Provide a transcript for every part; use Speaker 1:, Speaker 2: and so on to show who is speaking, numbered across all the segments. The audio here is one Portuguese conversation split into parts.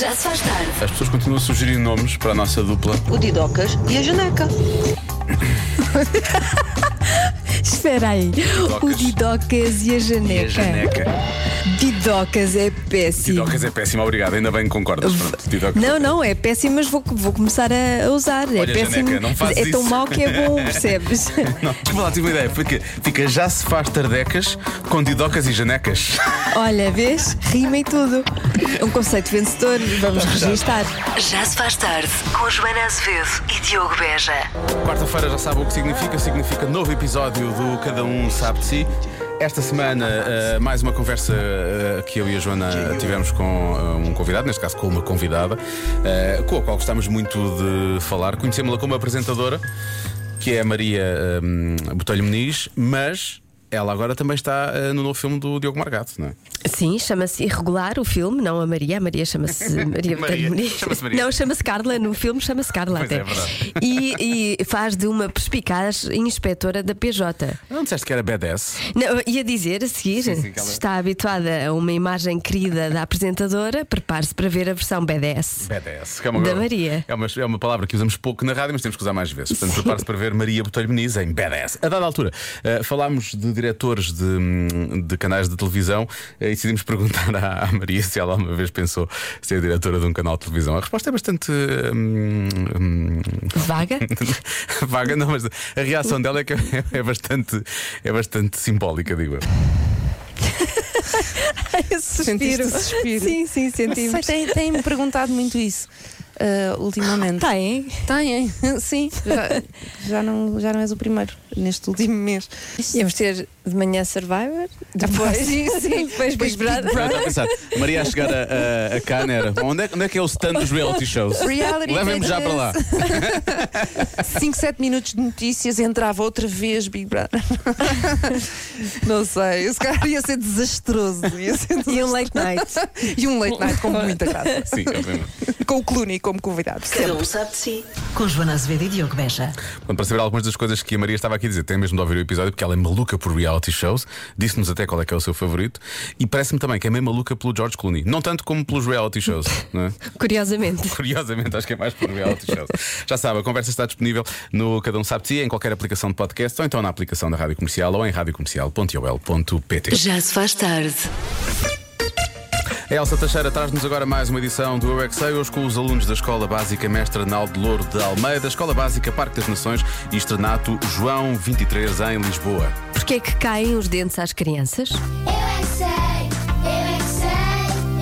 Speaker 1: Já se faz tarde.
Speaker 2: As pessoas continuam a sugerir nomes para a nossa dupla.
Speaker 3: o Didocas e a Janeca.
Speaker 4: Espera aí. O Didocas e a Janeca. Didocas é péssimo.
Speaker 2: Tidocas é péssimo, obrigado. Ainda bem que concordas. Pronto, Tidocas.
Speaker 4: Não, não, é péssimo, mas vou, vou começar a a usar. é
Speaker 2: Olha,
Speaker 4: péssimo.
Speaker 2: Janeca, não fazes
Speaker 4: é tão
Speaker 2: isso.
Speaker 4: mau que é bom, percebes?
Speaker 2: Não, desculpa lá, tive uma ideia. Fica, fica já se faz tardecas com Tidocas e janecas.
Speaker 4: Olha, vês? Rima e tudo. Um conceito vencedor, vamos
Speaker 2: Então
Speaker 4: registar.
Speaker 1: Já se faz tarde com Joana Azevedo e Diogo Beja.
Speaker 2: Quarta-feira já sabe o que significa. Significa novo episódio do Cada Um Sabe de Si. Esta semana, eh, mais uma conversa eh, que eu e a Joana tivemos com eh, um convidado, neste caso com uma convidada, eh, com a qual gostamos muito de falar. Conhecemos-la como apresentadora, que é a Maria eh, Botelho Meniz, mas ela agora também está eh, no novo filme do Diogo Margato, não é?
Speaker 5: Sim, chama-se Irregular o filme, não a Maria. A Maria chama-se Maria,
Speaker 2: Maria,
Speaker 5: Botelho Muniz.
Speaker 2: chama-se Maria.
Speaker 5: Não, chama-se Carla, no filme chama-se Carla
Speaker 2: Pois
Speaker 5: até.
Speaker 2: é, é verdade.
Speaker 5: e, e faz de uma perspicaz inspetora da PJ.
Speaker 2: Não disseste que era badass?
Speaker 5: Não, ia dizer a seguir,
Speaker 2: Sim, sim, que ela-
Speaker 5: se está habituada a uma imagem querida da apresentadora, prepare-se para ver a versão BDS.
Speaker 2: BDS, que é uma,
Speaker 5: Da Maria.
Speaker 2: É uma, é uma palavra que usamos pouco na rádio, mas temos que usar mais vezes. Portanto, prepare-se para ver Maria Botelho Meniz em BDS. A dada altura, eh, falámos de diretores de, hum, de canais de televisão eh, e decidimos perguntar à, à Maria se ela uma vez pensou ser diretora de um canal de televisão. A resposta é bastante. hum, hum,
Speaker 5: Vaga?
Speaker 2: vaga, não, mas a reação dela é que é, é bastante, é bastante simbólica, digo eu.
Speaker 4: Eu suspiro.
Speaker 6: Sentiste o suspiro?
Speaker 4: Sim, sim, sentimos.
Speaker 6: Tem- Têm-me perguntado muito isso ah, ultimamente.
Speaker 4: Tem.
Speaker 6: Têm, sim. Já, já não, já não és o primeiro neste último mês. Ah,
Speaker 4: Íamos ter de manhã Survivor, depois, sim, sim, depois Big Brother.
Speaker 2: Eu estava a pensar, Maria a chegar a, a, a Cannes era, Onde é, onde é que é o stand dos reality shows?
Speaker 6: Reality
Speaker 2: Levem-me já para lá.
Speaker 6: 5, 7 minutos de notícias, entrava outra vez Big Brother. não sei, esse cara ia ser desastroso. Ia ser
Speaker 4: E um late night.
Speaker 6: des- E um late night com muita graça.
Speaker 2: Sim, obviamente.
Speaker 6: Com o Clooney como convidado.
Speaker 1: Cada um sabe de si. Com Joana Azevedo e Diogo Beja.
Speaker 2: Portanto, para saber algumas das coisas que a Maria estava aqui a dizer, tem mesmo de ouvir o episódio, porque ela é maluca por reality shows, disse-nos até qual é que é o seu favorito, e parece-me também que é meio maluca pelo George Clooney, não tanto como pelos reality shows, não é?
Speaker 5: Curiosamente.
Speaker 2: Curiosamente, acho que é mais por reality shows. Já sabe, a conversa está disponível no Cada Um Sabe de Si, em qualquer aplicação de podcast, ou então na aplicação da Rádio Comercial ou em radiocomercial.ol.pt.
Speaker 1: Já se faz tarde.
Speaker 2: A Elsa Teixeira traz-nos agora mais uma edição do Eu é Que Sei, hoje com os alunos da Escola Básica Mestre Naldo Louro de Almeida, Escola Básica Parque das Nações e Estrenato João 23, em Lisboa.
Speaker 5: Porquê é que caem os dentes às crianças?
Speaker 7: Eu é que sei, eu é que sei, eu é que sei, eu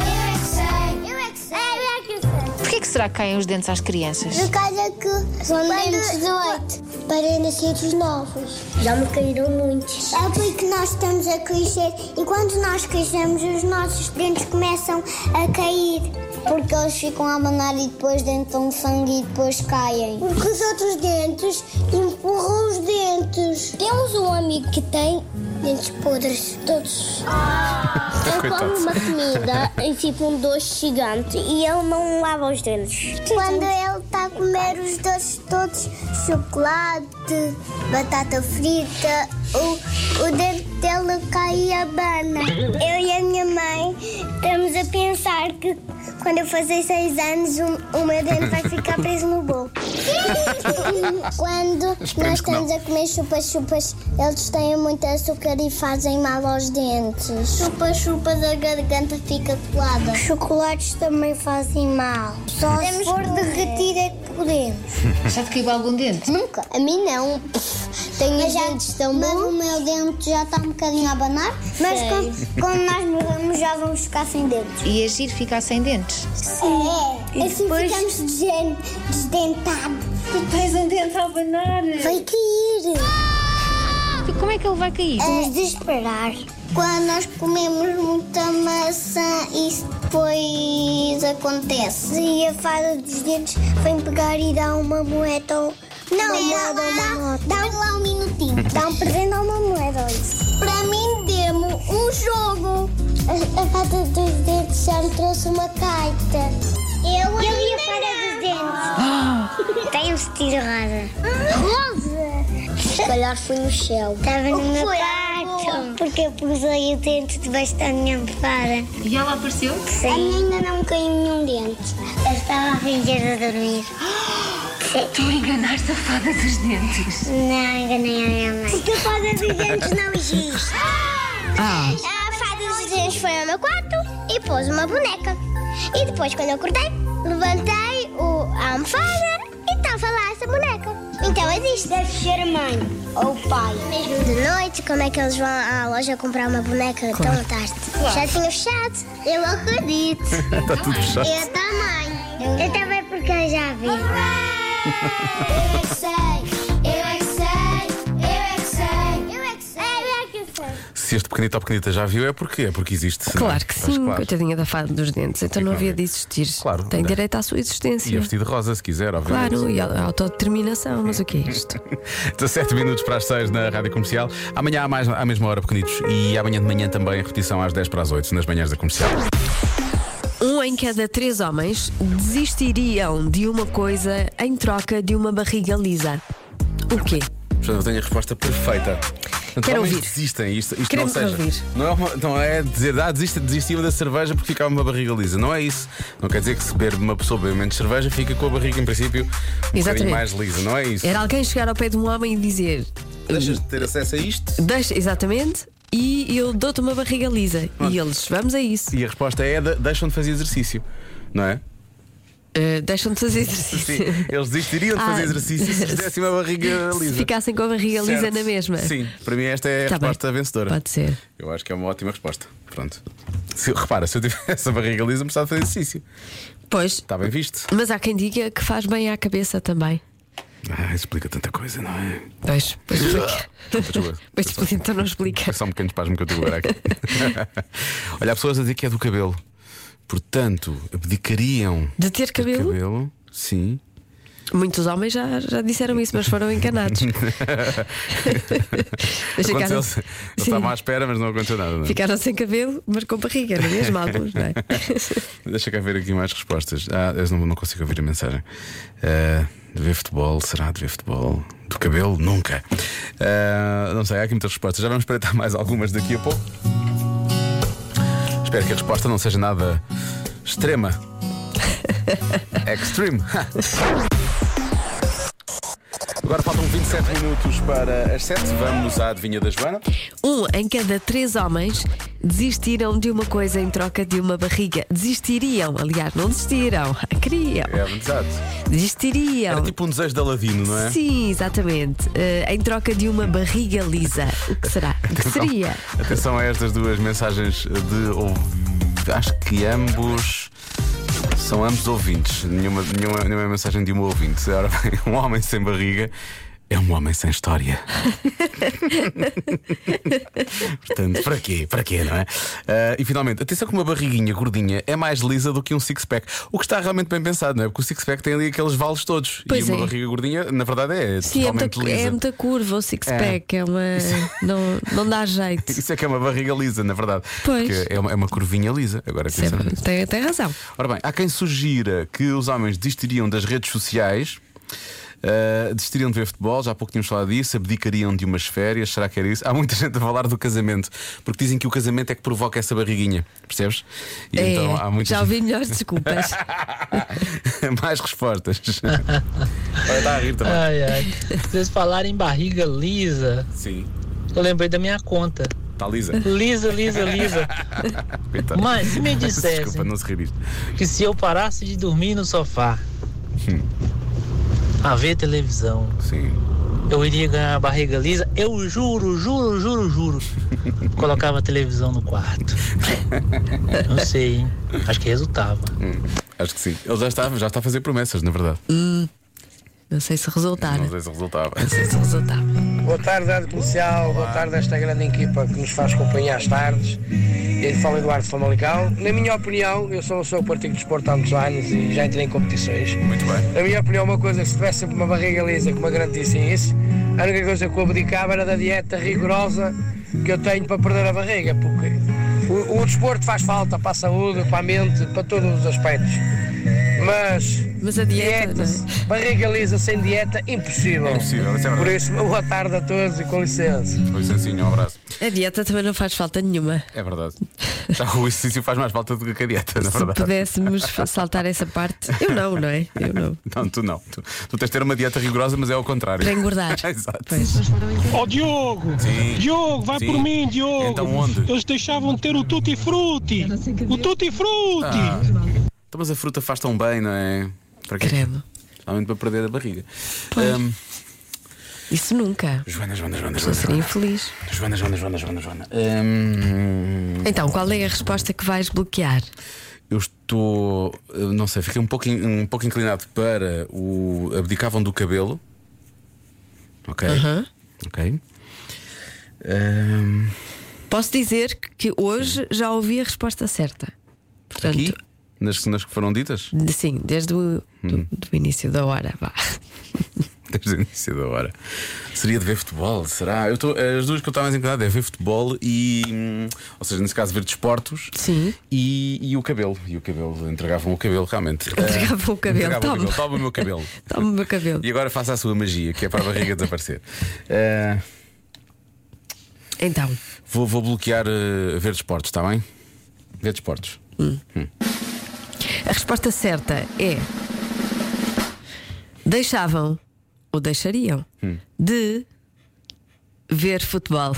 Speaker 7: é que sei, eu é que sei.
Speaker 8: Porquê que será que caem os dentes às crianças?
Speaker 7: Por causa que são dentes de oito para nascidos novos. Já me caíram muitos. É porque nós estamos a crescer e quando nós crescemos os nossos dentes começam a cair. Porque eles ficam a manar e depois dentam sangue e depois caem. Porque os outros dentes empurram os dentes. Temos um amigo que tem dentes podres, todos. Ele
Speaker 2: Coitado.
Speaker 7: Então, come uma comida em tipo um doce gigante e ele não lava os dentes. Quando ele está a comer os doces todos, chocolate, batata frita, o, o dente dele cai e abana. Eu e a minha mãe estamos a pensar que quando eu fazer seis anos, o, o meu dente vai ficar preso no bolo. quando
Speaker 2: Esperemos
Speaker 7: nós
Speaker 2: que não.
Speaker 7: estamos a comer chupas-chupas, eles têm muito açúcar e fazem mal aos dentes. Chupa-chupas, a garganta fica colada. Os chocolates também fazem mal. Só se for derretir é que podemos.
Speaker 8: Já te caiu algum dente?
Speaker 7: Nunca. A mim não. Tenho os dentes tão Mas o meu dente já está um bocadinho a abanar. Mas quando, nós morremos já vamos ficar sem dentes.
Speaker 8: E agir ficar sem dentes?
Speaker 7: É. assim ficamos desen- desdentados.
Speaker 8: Tu tens um dente a abanar!
Speaker 7: Vai cair.
Speaker 8: Como é que ele vai cair?
Speaker 7: Vamos desesperar. Quando nós comemos muita maçã, isso depois acontece. E a fada dos dentes vem pegar e dá uma moeda ou. Não, dá, dá, dá, lá um minutinho. Dá um presente ou uma moeda. Para mim, demo um jogo. A, a fada dos dentes já me trouxe uma carta. Eu, e a fada dos dentes. Tem um vestido rosa. Rosa? Se calhar foi no céu. Estava no meu quarto. Porque eu pusei o dente debaixo da minha vara.
Speaker 8: E ela apareceu?
Speaker 7: A minha ainda não caiu nenhum com dentes. Eu estava a fingir a dormir.
Speaker 8: Tu enganaste a fada dos dentes.
Speaker 7: Não, enganei a minha mãe. Porque a fada dos dentes não existe. A fada dos dentes foi ao meu quarto e pôs uma boneca. E depois, quando eu acordei, levantei o, a almofada e estava lá essa boneca. Então existe. Deve ser a mãe ou o pai. Mesmo de noite, como é que eles vão à loja comprar uma boneca tão tarde? Já tinha fechado. Eu acredito.
Speaker 2: Está tudo fechado.
Speaker 7: Eu também. Eu também porque eu já vi. Eu é que sei, eu é que sei, eu é que sei, eu é que sei, eu é que sei.
Speaker 2: Se este pequenito ou pequenita já viu, é porque é porque existe. não é?
Speaker 5: Claro que
Speaker 2: Acho
Speaker 5: sim,
Speaker 2: claro.
Speaker 5: coitadinha da fada dos dentes. Então não havia de existir.
Speaker 2: Claro,
Speaker 5: Tem
Speaker 2: não é?
Speaker 5: direito à sua
Speaker 2: E a
Speaker 5: existência.
Speaker 2: vestida de rosa, se quiser, obviamente.
Speaker 5: Claro, e a autodeterminação, mas o que é isto?
Speaker 2: 17 minutos para as 6 na Rádio Comercial. Amanhã há mais, à mesma hora, pequenitos. E amanhã de manhã também, repetição às 10 para as 8, nas manhãs da Comercial.
Speaker 5: Um em cada três homens desistiriam de uma coisa em troca de uma barriga lisa. O quê?
Speaker 2: Portanto, eu tenho a resposta perfeita. Portanto,
Speaker 5: Quero
Speaker 2: homens
Speaker 5: ouvir.
Speaker 2: Desistem, isto, isto não
Speaker 5: Queremos
Speaker 2: seja.
Speaker 5: ouvir.
Speaker 2: Não é, uma- não é dizer, ah, desista, desistiu da cerveja porque ficava uma barriga lisa. Não é isso. Não quer dizer que se beber uma pessoa bebe menos cerveja, fica com a barriga, em princípio, um bocadinho
Speaker 5: Exatamente.
Speaker 2: mais lisa. Não é isso.
Speaker 5: Era alguém chegar ao pé de um homem e dizer:
Speaker 2: Deixas de ter acesso a isto.
Speaker 5: Deixa, exatamente, e eu dou-te uma barriga lisa. E eles, vamos a isso.
Speaker 2: E a resposta é: de- deixam de fazer exercício. Não é?
Speaker 5: Eh, deixam de fazer
Speaker 2: Sim,
Speaker 5: exercício.
Speaker 2: eles desistiriam de fazer
Speaker 5: Ah.
Speaker 2: exercício se lhes dessem uma barriga
Speaker 5: Se
Speaker 2: lisa.
Speaker 5: ficassem com a barriga lisa
Speaker 2: Certo.
Speaker 5: na é mesma.
Speaker 2: Sim, para mim esta é a
Speaker 5: Tá bem.
Speaker 2: resposta vencedora.
Speaker 5: Pode ser.
Speaker 2: Eu acho que é uma ótima resposta. Pronto. Se, repara, se eu tivesse a barriga lisa, precisava fazer exercício.
Speaker 5: Pois,
Speaker 2: Está bem visto.
Speaker 5: mas há quem diga que faz bem à cabeça também.
Speaker 2: Ah, explica tanta coisa, não é?
Speaker 5: Pois, pois explica.
Speaker 2: Desculpa.
Speaker 5: Pois explica, então não explica.
Speaker 2: É só um pequeno espasmo que eu estou agora aqui. Olha, há pessoas a dizer que é do cabelo. Portanto, abdicariam
Speaker 5: De ter
Speaker 2: cabelo.
Speaker 5: cabelo,
Speaker 2: cabelo. Sim.
Speaker 5: muitos homens já, já disseram isso, mas foram enganados. Mas
Speaker 2: Aconteceu.
Speaker 5: ficaram,
Speaker 2: Eu
Speaker 5: Sim.
Speaker 2: estava à espera, mas não aconteceu nada. Não. é?
Speaker 5: ficaram sem cabelo, mas com barriga, não é mesmo? Alguns, não é?
Speaker 2: Deixa cá ver aqui mais respostas. Ah, eu não, não consigo ouvir a mensagem. Ah, de ver futebol, será de ver futebol? Do cabelo? Nunca. Ah, não sei, há aqui muitas respostas. Já vamos espreitar mais algumas daqui a pouco. Espero que a resposta não seja nada extrema. Extreme. Agora faltam 27 minutos para as 7. Vamos à adivinha da Joana.
Speaker 5: Um em cada três homens desistiram de uma coisa em troca de uma barriga. Desistiriam, aliás, não desistiram, queriam,
Speaker 2: É verdade. Era
Speaker 5: desistiriam.
Speaker 2: tipo um desejo de Aladino, não é?
Speaker 5: Sim, exatamente. Eh, em troca de uma barriga lisa. O que será? O
Speaker 2: Então,
Speaker 5: que seria?
Speaker 2: Atenção a estas duas mensagens de ouv- acho que ambos são ambos ouvintes. Nenhuma, nenhuma, nenhuma mensagem de um ouvinte. Ora bem, um homem sem barriga é um homem sem história. Portanto, para quê? Para quê, não é? Ah, e finalmente, atenção que uma barriguinha gordinha é mais lisa do que um six-pack. O que está realmente bem pensado, não é? Porque o six-pack tem ali aqueles vales todos.
Speaker 5: Pois
Speaker 2: e uma
Speaker 5: é.
Speaker 2: barriga gordinha, na verdade, é
Speaker 5: Sim, é
Speaker 2: totalmente
Speaker 5: muita,
Speaker 2: lisa.
Speaker 5: é muita curva o six-pack. É. uma. Não, não dá jeito.
Speaker 2: Isso é que é uma barriga lisa, na verdade.
Speaker 5: Pois.
Speaker 2: Porque é uma, é uma curvinha lisa. Agora
Speaker 5: Isso é-
Speaker 2: pensando nisso.
Speaker 5: Tem, tem razão.
Speaker 2: Ora bem, há quem sugira que os homens desistiriam das redes sociais. ah, desistiriam de ver futebol, já há pouco tínhamos falado disso, abdicariam de umas férias, será que era isso? Há muita gente a falar do casamento, porque dizem que o casamento é que provoca essa barriguinha, percebes? E
Speaker 5: É,
Speaker 2: então há muita
Speaker 5: já ouvi melhores desculpas.
Speaker 2: gente- mais respostas. Olha, está a rir também.
Speaker 9: Ai, ai. Vocês falaram em barriga lisa,
Speaker 2: Sim,
Speaker 9: eu lembrei da minha conta.
Speaker 2: está lisa.
Speaker 9: Lisa, lisa, lisa.
Speaker 2: Coitada.
Speaker 9: Mas se me dissessem-
Speaker 2: Desculpa, não se rir isto.
Speaker 9: Que se eu parasse de dormir no sofá, Hum. a ver televisão,
Speaker 2: Sim.
Speaker 9: eu iria ganhar a barriga lisa. Eu juro, juro, juro, juro. Colocava a televisão no quarto. Não sei, hein? Acho que resultava.
Speaker 2: Acho que sim. Ele já está, já está a fazer promessas, na verdade.
Speaker 5: Não sei se resultaram.
Speaker 2: Não sei se resultava. é
Speaker 5: Não sei se resultaram.
Speaker 10: Boa tarde, Rádio Comercial. Boa tarde a esta grande equipa que nos faz companhia às tardes. Ele fala Eduardo Famalicão. Na minha opinião, eu sou, sou partido de desporto há muitos anos e já entrei em competições.
Speaker 2: Muito bem.
Speaker 10: Na minha opinião, uma coisa, é se tivesse sempre uma barriga lisa, como a grande disse isso, a única coisa que eu abdicava era da dieta rigorosa que eu tenho para perder a barriga, porque O, o desporto faz falta para a saúde, para a mente, para todos os aspectos. Mas,
Speaker 5: Mas a dieta, é?
Speaker 10: dietas, barriga lisa sem dieta, impossível.
Speaker 2: Impossível, isso é
Speaker 10: Por
Speaker 2: verdade.
Speaker 10: isso, boa tarde a todos e com licença.
Speaker 2: Com licencinha, um abraço.
Speaker 5: A dieta também não faz falta nenhuma.
Speaker 2: É verdade. Já o exercício faz mais falta do que a dieta, na
Speaker 5: Se
Speaker 2: verdade.
Speaker 5: pudéssemos saltar essa parte, eu não, não é? Eu não.
Speaker 2: Não, tu não. Tu, tu tens de ter uma dieta rigorosa, mas é ao contrário.
Speaker 5: Para engordar.
Speaker 2: Exato.
Speaker 5: Pois.
Speaker 11: Ó Diogo!
Speaker 2: Sim.
Speaker 11: Diogo, vai
Speaker 2: Sim.
Speaker 11: por mim, Diogo!
Speaker 2: Então onde?
Speaker 11: Eles deixavam de ter o Tutti Frutti!
Speaker 12: assim
Speaker 11: O Tutti Frutti!
Speaker 2: Ah. Então, mas a fruta faz tão bem, não é? Para quê?
Speaker 5: Creme.
Speaker 2: Realmente para perder a barriga. Ahm,
Speaker 5: Isso nunca.
Speaker 2: Joana, Joana, Joana,
Speaker 5: Estou a
Speaker 2: Joana.
Speaker 5: ser infeliz.
Speaker 2: Joana, Joana, Joana, Joana, Joana. Ahm,
Speaker 5: Então, qual é a resposta que vais bloquear?
Speaker 2: eu estou. eu Não sei, fiquei um pouco, in- um pouco inclinado para o. Abdicavam do cabelo. Ok.
Speaker 5: Aham.
Speaker 2: Ok. Ahm,
Speaker 5: Posso dizer que hoje já ouvi a resposta certa. Portanto,
Speaker 2: aqui? Nas, nas que foram ditas?
Speaker 5: sim, desde o do, do início da hora. Vá.
Speaker 2: Desde o início da hora. Seria de ver futebol, será? Eu tô, as duas que eu estava mais inclinado é ver futebol e. hum, Ou seja, nesse caso, ver desportos.
Speaker 5: Sim.
Speaker 2: E, e o cabelo. E o cabelo. Entregavam o cabelo, realmente. Ah,
Speaker 5: Entregavam o cabelo.
Speaker 2: Entregavam
Speaker 5: Toma.
Speaker 2: o cabelo. Toma o meu cabelo.
Speaker 5: Toma o meu cabelo.
Speaker 2: E agora faça a sua magia, que é para a barriga desaparecer. Eh,
Speaker 5: Então,
Speaker 2: vou, vou bloquear eh, ver desportos, está bem? Ver desportos.
Speaker 5: a resposta certa é. Deixavam ou deixariam de ver futebol.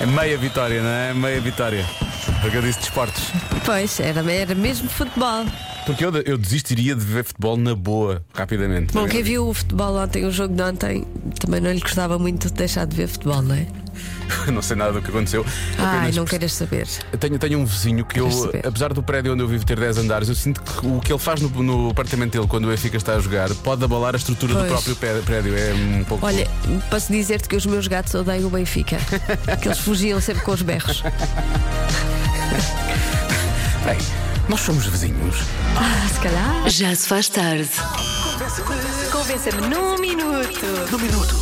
Speaker 2: É meia vitória, não é? Meia vitória. Porque eu disse desportos.
Speaker 5: Pois, era, era mesmo futebol.
Speaker 2: Porque eu, eu desistiria de ver futebol na boa, rapidamente.
Speaker 5: Bom, quem viu o futebol ontem, o jogo de ontem, também não lhe gostava muito de deixar de ver futebol, não é?
Speaker 2: Não sei nada do que aconteceu.
Speaker 5: Ai,
Speaker 2: Apenas
Speaker 5: Ah, não queiras saber.
Speaker 2: Eu Tenho, tenho um vizinho que eu,
Speaker 5: Queres saber?
Speaker 2: apesar do prédio onde eu vivo ter 10 andares, eu sinto que o que ele faz no, no apartamento dele quando o Benfica está a jogar pode abalar a estrutura do
Speaker 5: Pois.
Speaker 2: próprio pé- prédio. É um pouco.
Speaker 5: Olha, posso dizer-te que os meus gatos odeiam o Benfica. que eles fugiam sempre com os berros.
Speaker 2: Bem, nós somos vizinhos.
Speaker 5: Ah, se calhar.
Speaker 1: Já se faz tarde.
Speaker 5: Convença-me num minuto. Num minuto.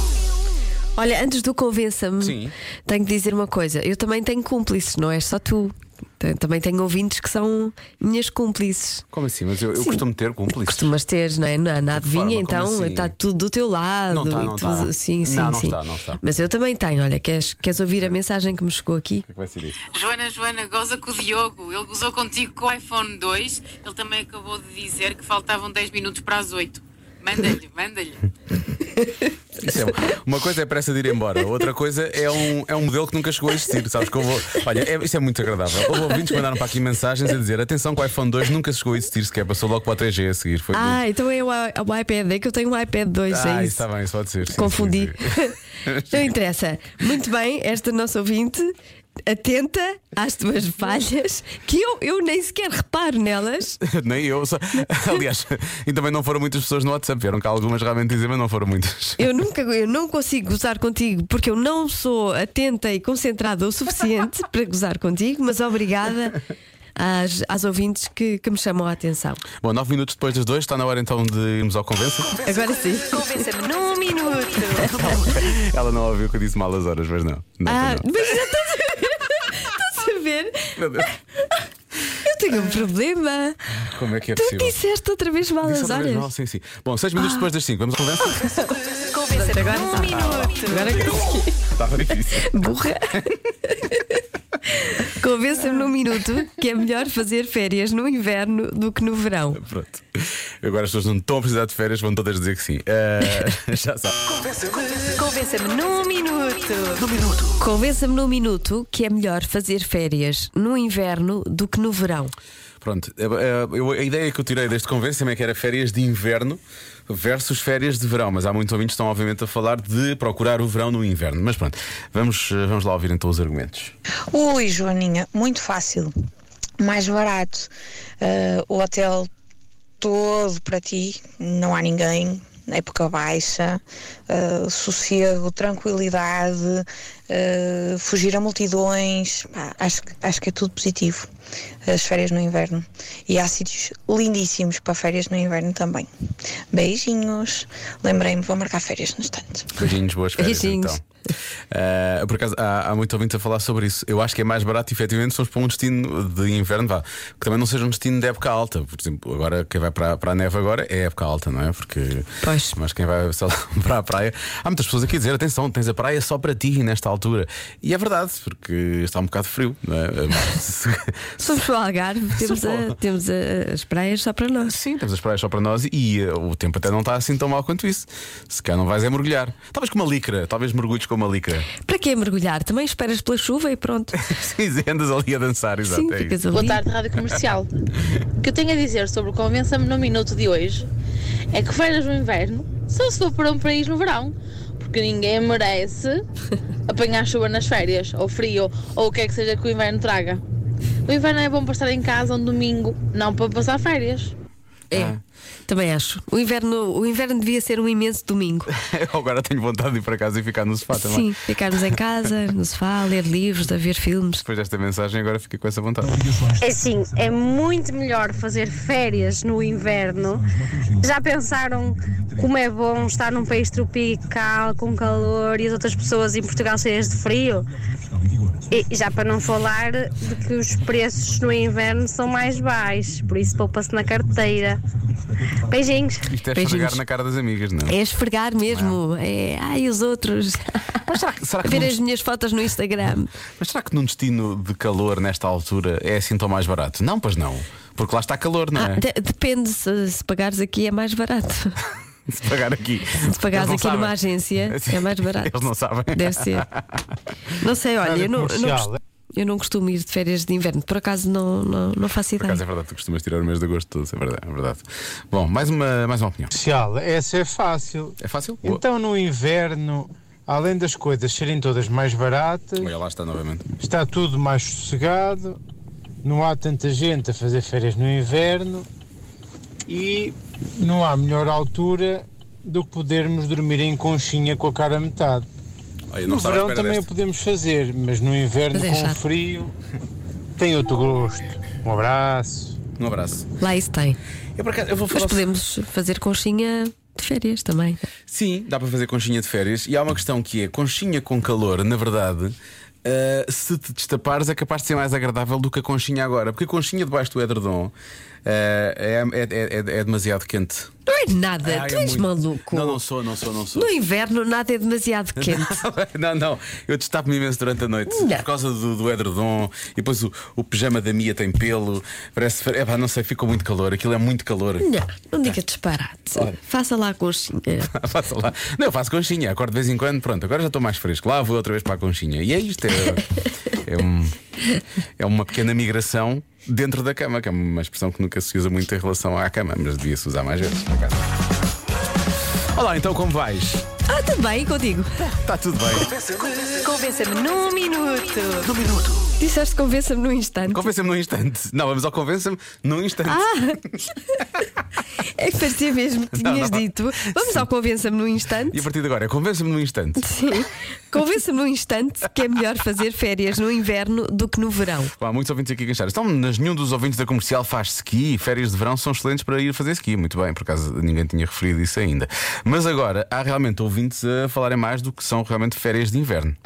Speaker 5: Olha, antes do convença-me,
Speaker 2: Sim.
Speaker 5: tenho que dizer uma coisa. Eu também tenho cúmplices, não és só tu. T- Também tenho ouvintes que são minhas cúmplices.
Speaker 2: Como assim? Mas eu, eu
Speaker 5: Sim.
Speaker 2: costumo ter cúmplices.
Speaker 5: Costumas ter, não é? Na, na
Speaker 2: forma,
Speaker 5: adivinha,
Speaker 2: como
Speaker 5: então,
Speaker 2: assim?
Speaker 5: está tudo do teu lado.
Speaker 2: Não tá,
Speaker 5: e
Speaker 2: não
Speaker 5: tudo-
Speaker 2: tá.
Speaker 5: Sim,
Speaker 2: Não,
Speaker 5: sim,
Speaker 2: não
Speaker 5: sim.
Speaker 2: está, não está.
Speaker 5: Mas eu também tenho, olha, queres, queres ouvir a mensagem que me chegou aqui?
Speaker 2: O que é que vai ser isso?
Speaker 13: Joana, Joana, goza com o Diogo. Ele gozou contigo com o iPhone 2. Ele também acabou de dizer que faltavam 10 minutos para as 8. Manda-lhe, manda-lhe.
Speaker 2: Isso é uma- uma coisa é pressa de ir embora, outra coisa é um, é um modelo que nunca chegou a existir. Sabes que eu vou. Olha, é, isso é muito agradável. Houve ouvintes que mandaram para aqui mensagens a dizer: atenção que o iPhone 2 nunca chegou a existir sequer, passou logo para o 3G a seguir. Foi
Speaker 5: Ah, então é o, i- o iPad, é que eu tenho um iPad 2,
Speaker 2: Ah,
Speaker 5: é
Speaker 2: isso
Speaker 5: isso.
Speaker 2: está bem, isso pode ser. Sim,
Speaker 5: Confundi.
Speaker 2: sim, sim.
Speaker 5: Não interessa. Muito bem, esta nossa ouvinte atenta às tuas falhas, que eu, eu nem sequer reparo nelas.
Speaker 2: Nem eu. Só... Aliás, e também não foram muitas pessoas no WhatsApp. Vieram cá algumas realmente dizer, mas não foram muitas.
Speaker 5: Eu nunca eu não consigo gozar contigo porque eu não sou atenta e concentrada o suficiente para gozar contigo, mas obrigada às, às ouvintes que, que me chamam a atenção.
Speaker 2: Bom, nove minutos depois das duas, está na hora então de irmos ao convença.
Speaker 5: Agora sim. Convença-me num minuto.
Speaker 2: Ela não ouviu que eu disse mal as horas, mas não. Não,
Speaker 5: Ah,
Speaker 2: não.
Speaker 5: mas já estás a ver? Estás a ver?
Speaker 2: Meu Deus,
Speaker 5: Eu tenho um problema.
Speaker 2: como é que é
Speaker 5: Tu
Speaker 2: possível?
Speaker 5: disseste outra vez mal
Speaker 2: Disse
Speaker 5: as
Speaker 2: outra vez mal,
Speaker 5: horas. Ah.
Speaker 2: sim, sim. Bom, seis minutos depois das cinco, vamos à conversa?
Speaker 5: Convença-me agora num minuto. Agora consegui.
Speaker 2: Estava difícil.
Speaker 5: Burra. Convença-me num minuto que é melhor fazer férias no inverno do que no verão.
Speaker 2: Pronto. Agora as pessoas não estão a precisar de férias, vão todas dizer que sim. Ah, já sabe.
Speaker 5: Convença-me num minuto. Convença-me num minuto que é melhor fazer férias no inverno do que no verão.
Speaker 2: Pronto, eh, eh, eu- a ideia que eu tirei deste convencimento é que era férias de inverno versus férias de verão, mas há muitos ouvintes que estão, obviamente, a falar de procurar o verão no inverno. Mas pronto, vamos, eh, vamos lá ouvir então os argumentos.
Speaker 14: Ui, Joaninha, muito fácil. Mais barato. Ah, o hotel todo para ti, não há ninguém, época baixa, ah, sossego, eh, tranquilidade, ah, fugir a multidões. Pá, acho, que- acho que é tudo positivo. as férias no inverno. E há sítios lindíssimos para férias no inverno também. Beijinhos. Lembrei-me, vou marcar férias no instante.
Speaker 2: Beijinhos, boas férias
Speaker 14: Beijinhos.
Speaker 2: então. Eh, por acaso, há, há muito ouvintes a falar sobre isso. Eu acho que é mais barato, efetivamente, se fomos para um destino de inverno, vá. Que também não seja um destino de época alta. Por exemplo, agora quem vai para, para a neve agora é época alta, não é? Porque. Mas quem vai sei lá, para a praia. Há muitas pessoas aqui a dizer: atenção, tens a praia só para ti nesta altura. E é verdade, porque está um bocado frio, não é? Mas se-
Speaker 5: Somos para o Algarve, temos, a- temos a- as praias só para nós.
Speaker 2: Sim, Temos as praias só para nós e eh, o tempo até não está assim tão mal quanto isso. Se calhar não vais é mergulhar. Talvez com uma licra, talvez mergulhes com uma licra.
Speaker 5: Para que mergulhar? Também esperas pela chuva e pronto.
Speaker 2: Sim, andas ali a dançar, exato. é isso.
Speaker 12: Boa tarde, Rádio Comercial. o que eu tenho a dizer sobre o Convença-me no Minuto de hoje é que férias no inverno só se for para um país no verão, porque ninguém merece apanhar chuva nas férias, ou frio, ou o que é que seja que o inverno traga. O inverno é bom para estar em casa um domingo, não para passar férias.
Speaker 5: É,
Speaker 2: Ah.
Speaker 5: também acho. O inverno, o inverno devia ser um imenso domingo.
Speaker 2: Eu agora tenho vontade de ir para casa e ficar no sofá
Speaker 5: Sim,
Speaker 2: também.
Speaker 5: ficarmos em casa, no sofá, a ler livros, a ver filmes.
Speaker 2: Depois desta mensagem, agora fiquei com essa vontade.
Speaker 15: É assim, é muito melhor fazer férias no inverno. Já pensaram como é bom estar num país tropical, com calor, e as outras pessoas em Portugal cheias de frio? E já para não falar de que os preços no inverno são mais baixos, por isso poupa-se na carteira. Beijinhos.
Speaker 2: Isto é
Speaker 5: Beijinhos.
Speaker 2: esfregar na cara das amigas, não
Speaker 5: É esfregar mesmo. É, ai, os outros.
Speaker 2: será que
Speaker 5: ver
Speaker 2: não-
Speaker 5: as minhas fotos no Instagram.
Speaker 2: Mas será que num destino de calor, nesta altura, é assim tão mais barato? Não, pois não. Porque lá está calor, não é?
Speaker 5: Ah, De- depende se, se pagares aqui é mais barato.
Speaker 2: Se pagar aqui.
Speaker 5: Se pagares aqui numa agência é mais barato.
Speaker 2: Eles não sabem.
Speaker 5: Deve ser. Não sei, olha,
Speaker 2: Rádio
Speaker 5: eu não, eu não
Speaker 2: Comercial,
Speaker 5: costumo, eu não costumo ir de férias de inverno, por acaso não, não, não faço
Speaker 2: Por
Speaker 5: ideia.
Speaker 2: acaso é verdade, tu costumas tirar o mês de agosto todo, é verdade, é verdade. Bom, mais uma, mais uma opinião.
Speaker 16: Comercial, essa é fácil.
Speaker 2: É fácil?
Speaker 16: Então no inverno, além das coisas serem todas mais baratas,
Speaker 2: Olha, lá está novamente.
Speaker 16: está tudo mais sossegado, não há tanta gente a fazer férias no inverno e não há melhor altura do que podermos dormir em conchinha com a cara a metade.
Speaker 2: Olha, não
Speaker 16: no
Speaker 2: estava à
Speaker 16: verão
Speaker 2: espera
Speaker 16: também o podemos fazer, mas no inverno
Speaker 5: Mas é
Speaker 16: com
Speaker 5: chato.
Speaker 16: frio tem outro gosto. Um abraço.
Speaker 2: Um abraço.
Speaker 5: Lá isso tem.
Speaker 2: Eu, por acaso, eu vou
Speaker 5: Mas podemos fazer conchinha de férias também.
Speaker 2: Sim, dá para fazer conchinha de férias. E há uma questão que é: conchinha com calor, na verdade, uh, se te destapares, é capaz de ser mais agradável do que a conchinha agora. Porque a conchinha debaixo do edredom uh, é, é- é- é demasiado quente.
Speaker 5: Não é nada,
Speaker 2: Ai,
Speaker 5: tu
Speaker 2: é
Speaker 5: és
Speaker 2: muito.
Speaker 5: maluco.
Speaker 2: Não, não sou, não sou, não sou.
Speaker 5: No inverno nada é demasiado quente.
Speaker 2: não, não, eu destapo-me imenso durante a noite
Speaker 5: Não.
Speaker 2: por causa do, do edredom e depois o, o pijama da Mia tem pelo. Parece, é pá, não sei, ficou muito calor, aquilo é muito calor.
Speaker 5: Não, não diga disparate.
Speaker 2: Ora.
Speaker 5: Faça lá a conchinha.
Speaker 2: faço lá. Não, eu faço conchinha, acordo de vez em quando, pronto, agora já estou mais fresco. Lá vou outra vez para a conchinha. E é isto, é, é, um- é uma pequena migração dentro da cama, que é uma expressão que nunca se usa muito em relação à cama, mas devia-se usar mais vezes. por acaso. Olá, então como vais?
Speaker 5: Ah, tudo bem, contigo.
Speaker 2: Está tudo bem.
Speaker 5: Convença-me num minuto. Num minuto. Disseste convença-me num instante.
Speaker 2: Convença-me num instante. Não, vamos ao convença-me num instante.
Speaker 5: Ah! É que parecia mesmo que
Speaker 2: Não,
Speaker 5: tinhas
Speaker 2: não.
Speaker 5: dito. Vamos ao convença-me num instante.
Speaker 2: E a partir de agora, é convença-me num instante.
Speaker 5: Sim. Convença-me num instante que é melhor fazer férias no inverno do que no verão.
Speaker 2: Há muitos ouvintes aqui a queixar. Estão, mas nenhum dos ouvintes da comercial faz ski. Férias de verão são excelentes para ir fazer ski. Muito bem, por acaso ninguém tinha referido isso ainda. Mas agora, há realmente ouvintes a falarem mais do que são realmente férias de inverno.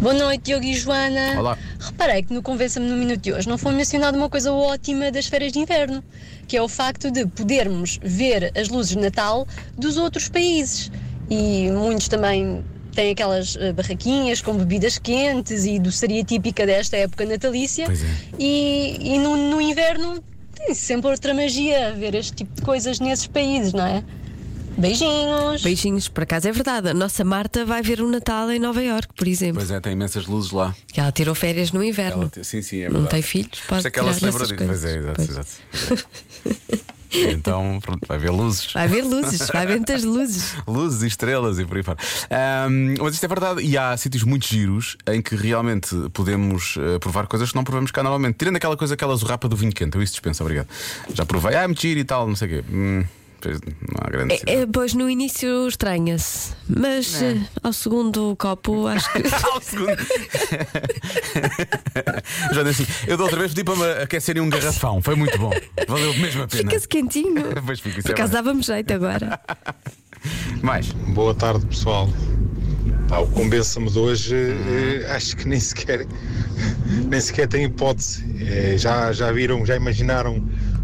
Speaker 17: Boa noite, Diogo e Joana.
Speaker 2: Olá.
Speaker 17: Reparei que no Convença-me no Minuto de hoje não foi mencionada uma coisa ótima das férias de inverno, que é o facto de podermos ver as luzes de Natal dos outros países. E muitos também têm aquelas eh, barraquinhas com bebidas quentes e doçaria típica desta época natalícia.
Speaker 18: Pois é.
Speaker 17: E, e no, no inverno tem sempre outra magia ver este tipo de coisas nesses países, não é? Beijinhos!
Speaker 5: Beijinhos, por acaso é verdade. A nossa Marta vai ver o Natal em Nova Iorque, por exemplo.
Speaker 2: Pois é, tem imensas luzes lá.
Speaker 5: Que ela tirou férias no inverno.
Speaker 2: Sim, sim, é
Speaker 5: Não tem filhos,
Speaker 2: Por
Speaker 5: pode
Speaker 2: isso é que ela se
Speaker 5: tirar
Speaker 2: lembra
Speaker 5: dessas
Speaker 2: disso. Pois é, exato, exato. Então, pronto, vai ver luzes.
Speaker 5: Vai ver luzes, vai ver muitas luzes.
Speaker 2: Luzes e estrelas e por aí fora. Ahm, mas isto é verdade, e há sítios muito giros em que realmente podemos eh, provar coisas que não provamos cá normalmente. Tirando aquela coisa, aquela zorrapa do vinho quente, eu isso dispenso, obrigado. Já provei, ah, é muito giro e tal, não sei o quê. Hum, Pois, não há grande
Speaker 5: É, é, pois no início estranha-se, mas
Speaker 2: É.
Speaker 5: eh, ao segundo copo acho que.
Speaker 2: ao segundo. Já assim, eu da outra vez pedi para me aquecerem um garrafão. Foi muito bom. Valeu mesmo a pena.
Speaker 5: Fica-se quentinho.
Speaker 2: é? Pois fica, isso
Speaker 5: Por
Speaker 2: é
Speaker 5: acaso dava-me jeito agora.
Speaker 2: Mais.
Speaker 10: Boa tarde, pessoal. Pá, o convença-me de hoje, eh, acho que nem sequer, nem sequer tem hipótese. Eh, já, já viram, já imaginaram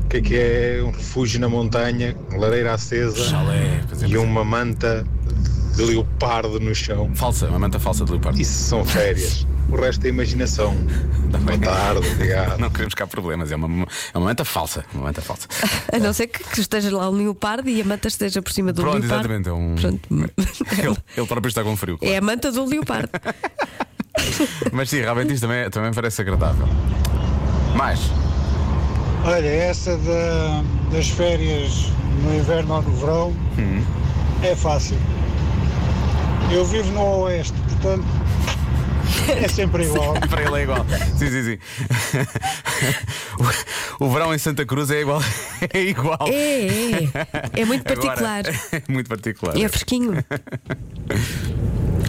Speaker 10: o que é que é um refúgio na montanha, lareira acesa e uma manta de leopardo no chão.
Speaker 2: Falsa, uma manta falsa de leopardo.
Speaker 10: Isso são férias. O resto é imaginação. Boa tarde, obrigado.
Speaker 2: Não queremos cá problemas, é uma, é uma manta falsa. Uma manta falsa.
Speaker 5: A não ser que, que esteja lá um leopardo e a manta esteja por cima do
Speaker 2: Pronto,
Speaker 5: leopardo.
Speaker 2: exatamente. É um... ele, ele próprio está com frio.
Speaker 5: É a manta do leopardo.
Speaker 2: Mas sim, realmente isto também, também parece agradável. Mais.
Speaker 14: Olha, essa da- das férias no inverno ou no verão é fácil. Eu vivo no Oeste, portanto é sempre igual.
Speaker 2: Para ele é igual. Sim, sim, sim. O, o verão em Santa Cruz é igual. É igual.
Speaker 5: É, é. É muito particular.
Speaker 2: Agora, é muito particular.
Speaker 5: É fresquinho.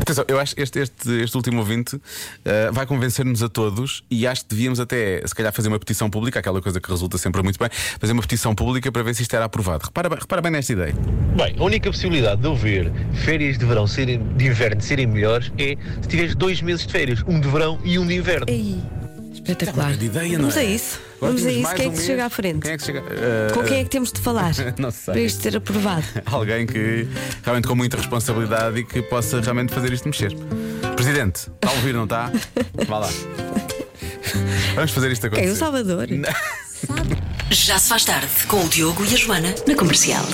Speaker 2: Atenção, eu acho que este, este, este último ouvinte eh, vai convencer-nos a todos e acho que devíamos até, se calhar, fazer uma petição pública, aquela coisa que resulta sempre muito bem, fazer uma petição pública para ver se isto era aprovado. Repara, bem- repara bem nesta ideia.
Speaker 9: Bem, a única possibilidade de eu ver férias de verão serem, de inverno serem melhores é se tiveres dois meses de férias, um de verão e um de inverno.
Speaker 5: Espetacular.
Speaker 2: grande ideia, não
Speaker 5: Vamos
Speaker 2: é?
Speaker 5: a isso.
Speaker 2: Agora
Speaker 5: Vamos a
Speaker 2: temos
Speaker 5: isso.
Speaker 2: mais
Speaker 5: Quem é
Speaker 2: um
Speaker 5: que se
Speaker 2: mês.
Speaker 5: chega à frente?
Speaker 2: Quem é que chega? Eh,
Speaker 5: Com quem é que temos de falar?
Speaker 2: Não sei.
Speaker 5: Para isto ser aprovado.
Speaker 2: Alguém que realmente com muita responsabilidade e que possa realmente fazer isto mexer. Presidente, está a ouvir, não está? Vá lá. Vamos fazer isto
Speaker 5: É
Speaker 2: acontecer.
Speaker 1: Salvador. Já se faz tarde com o Diogo e a Joana na comercial.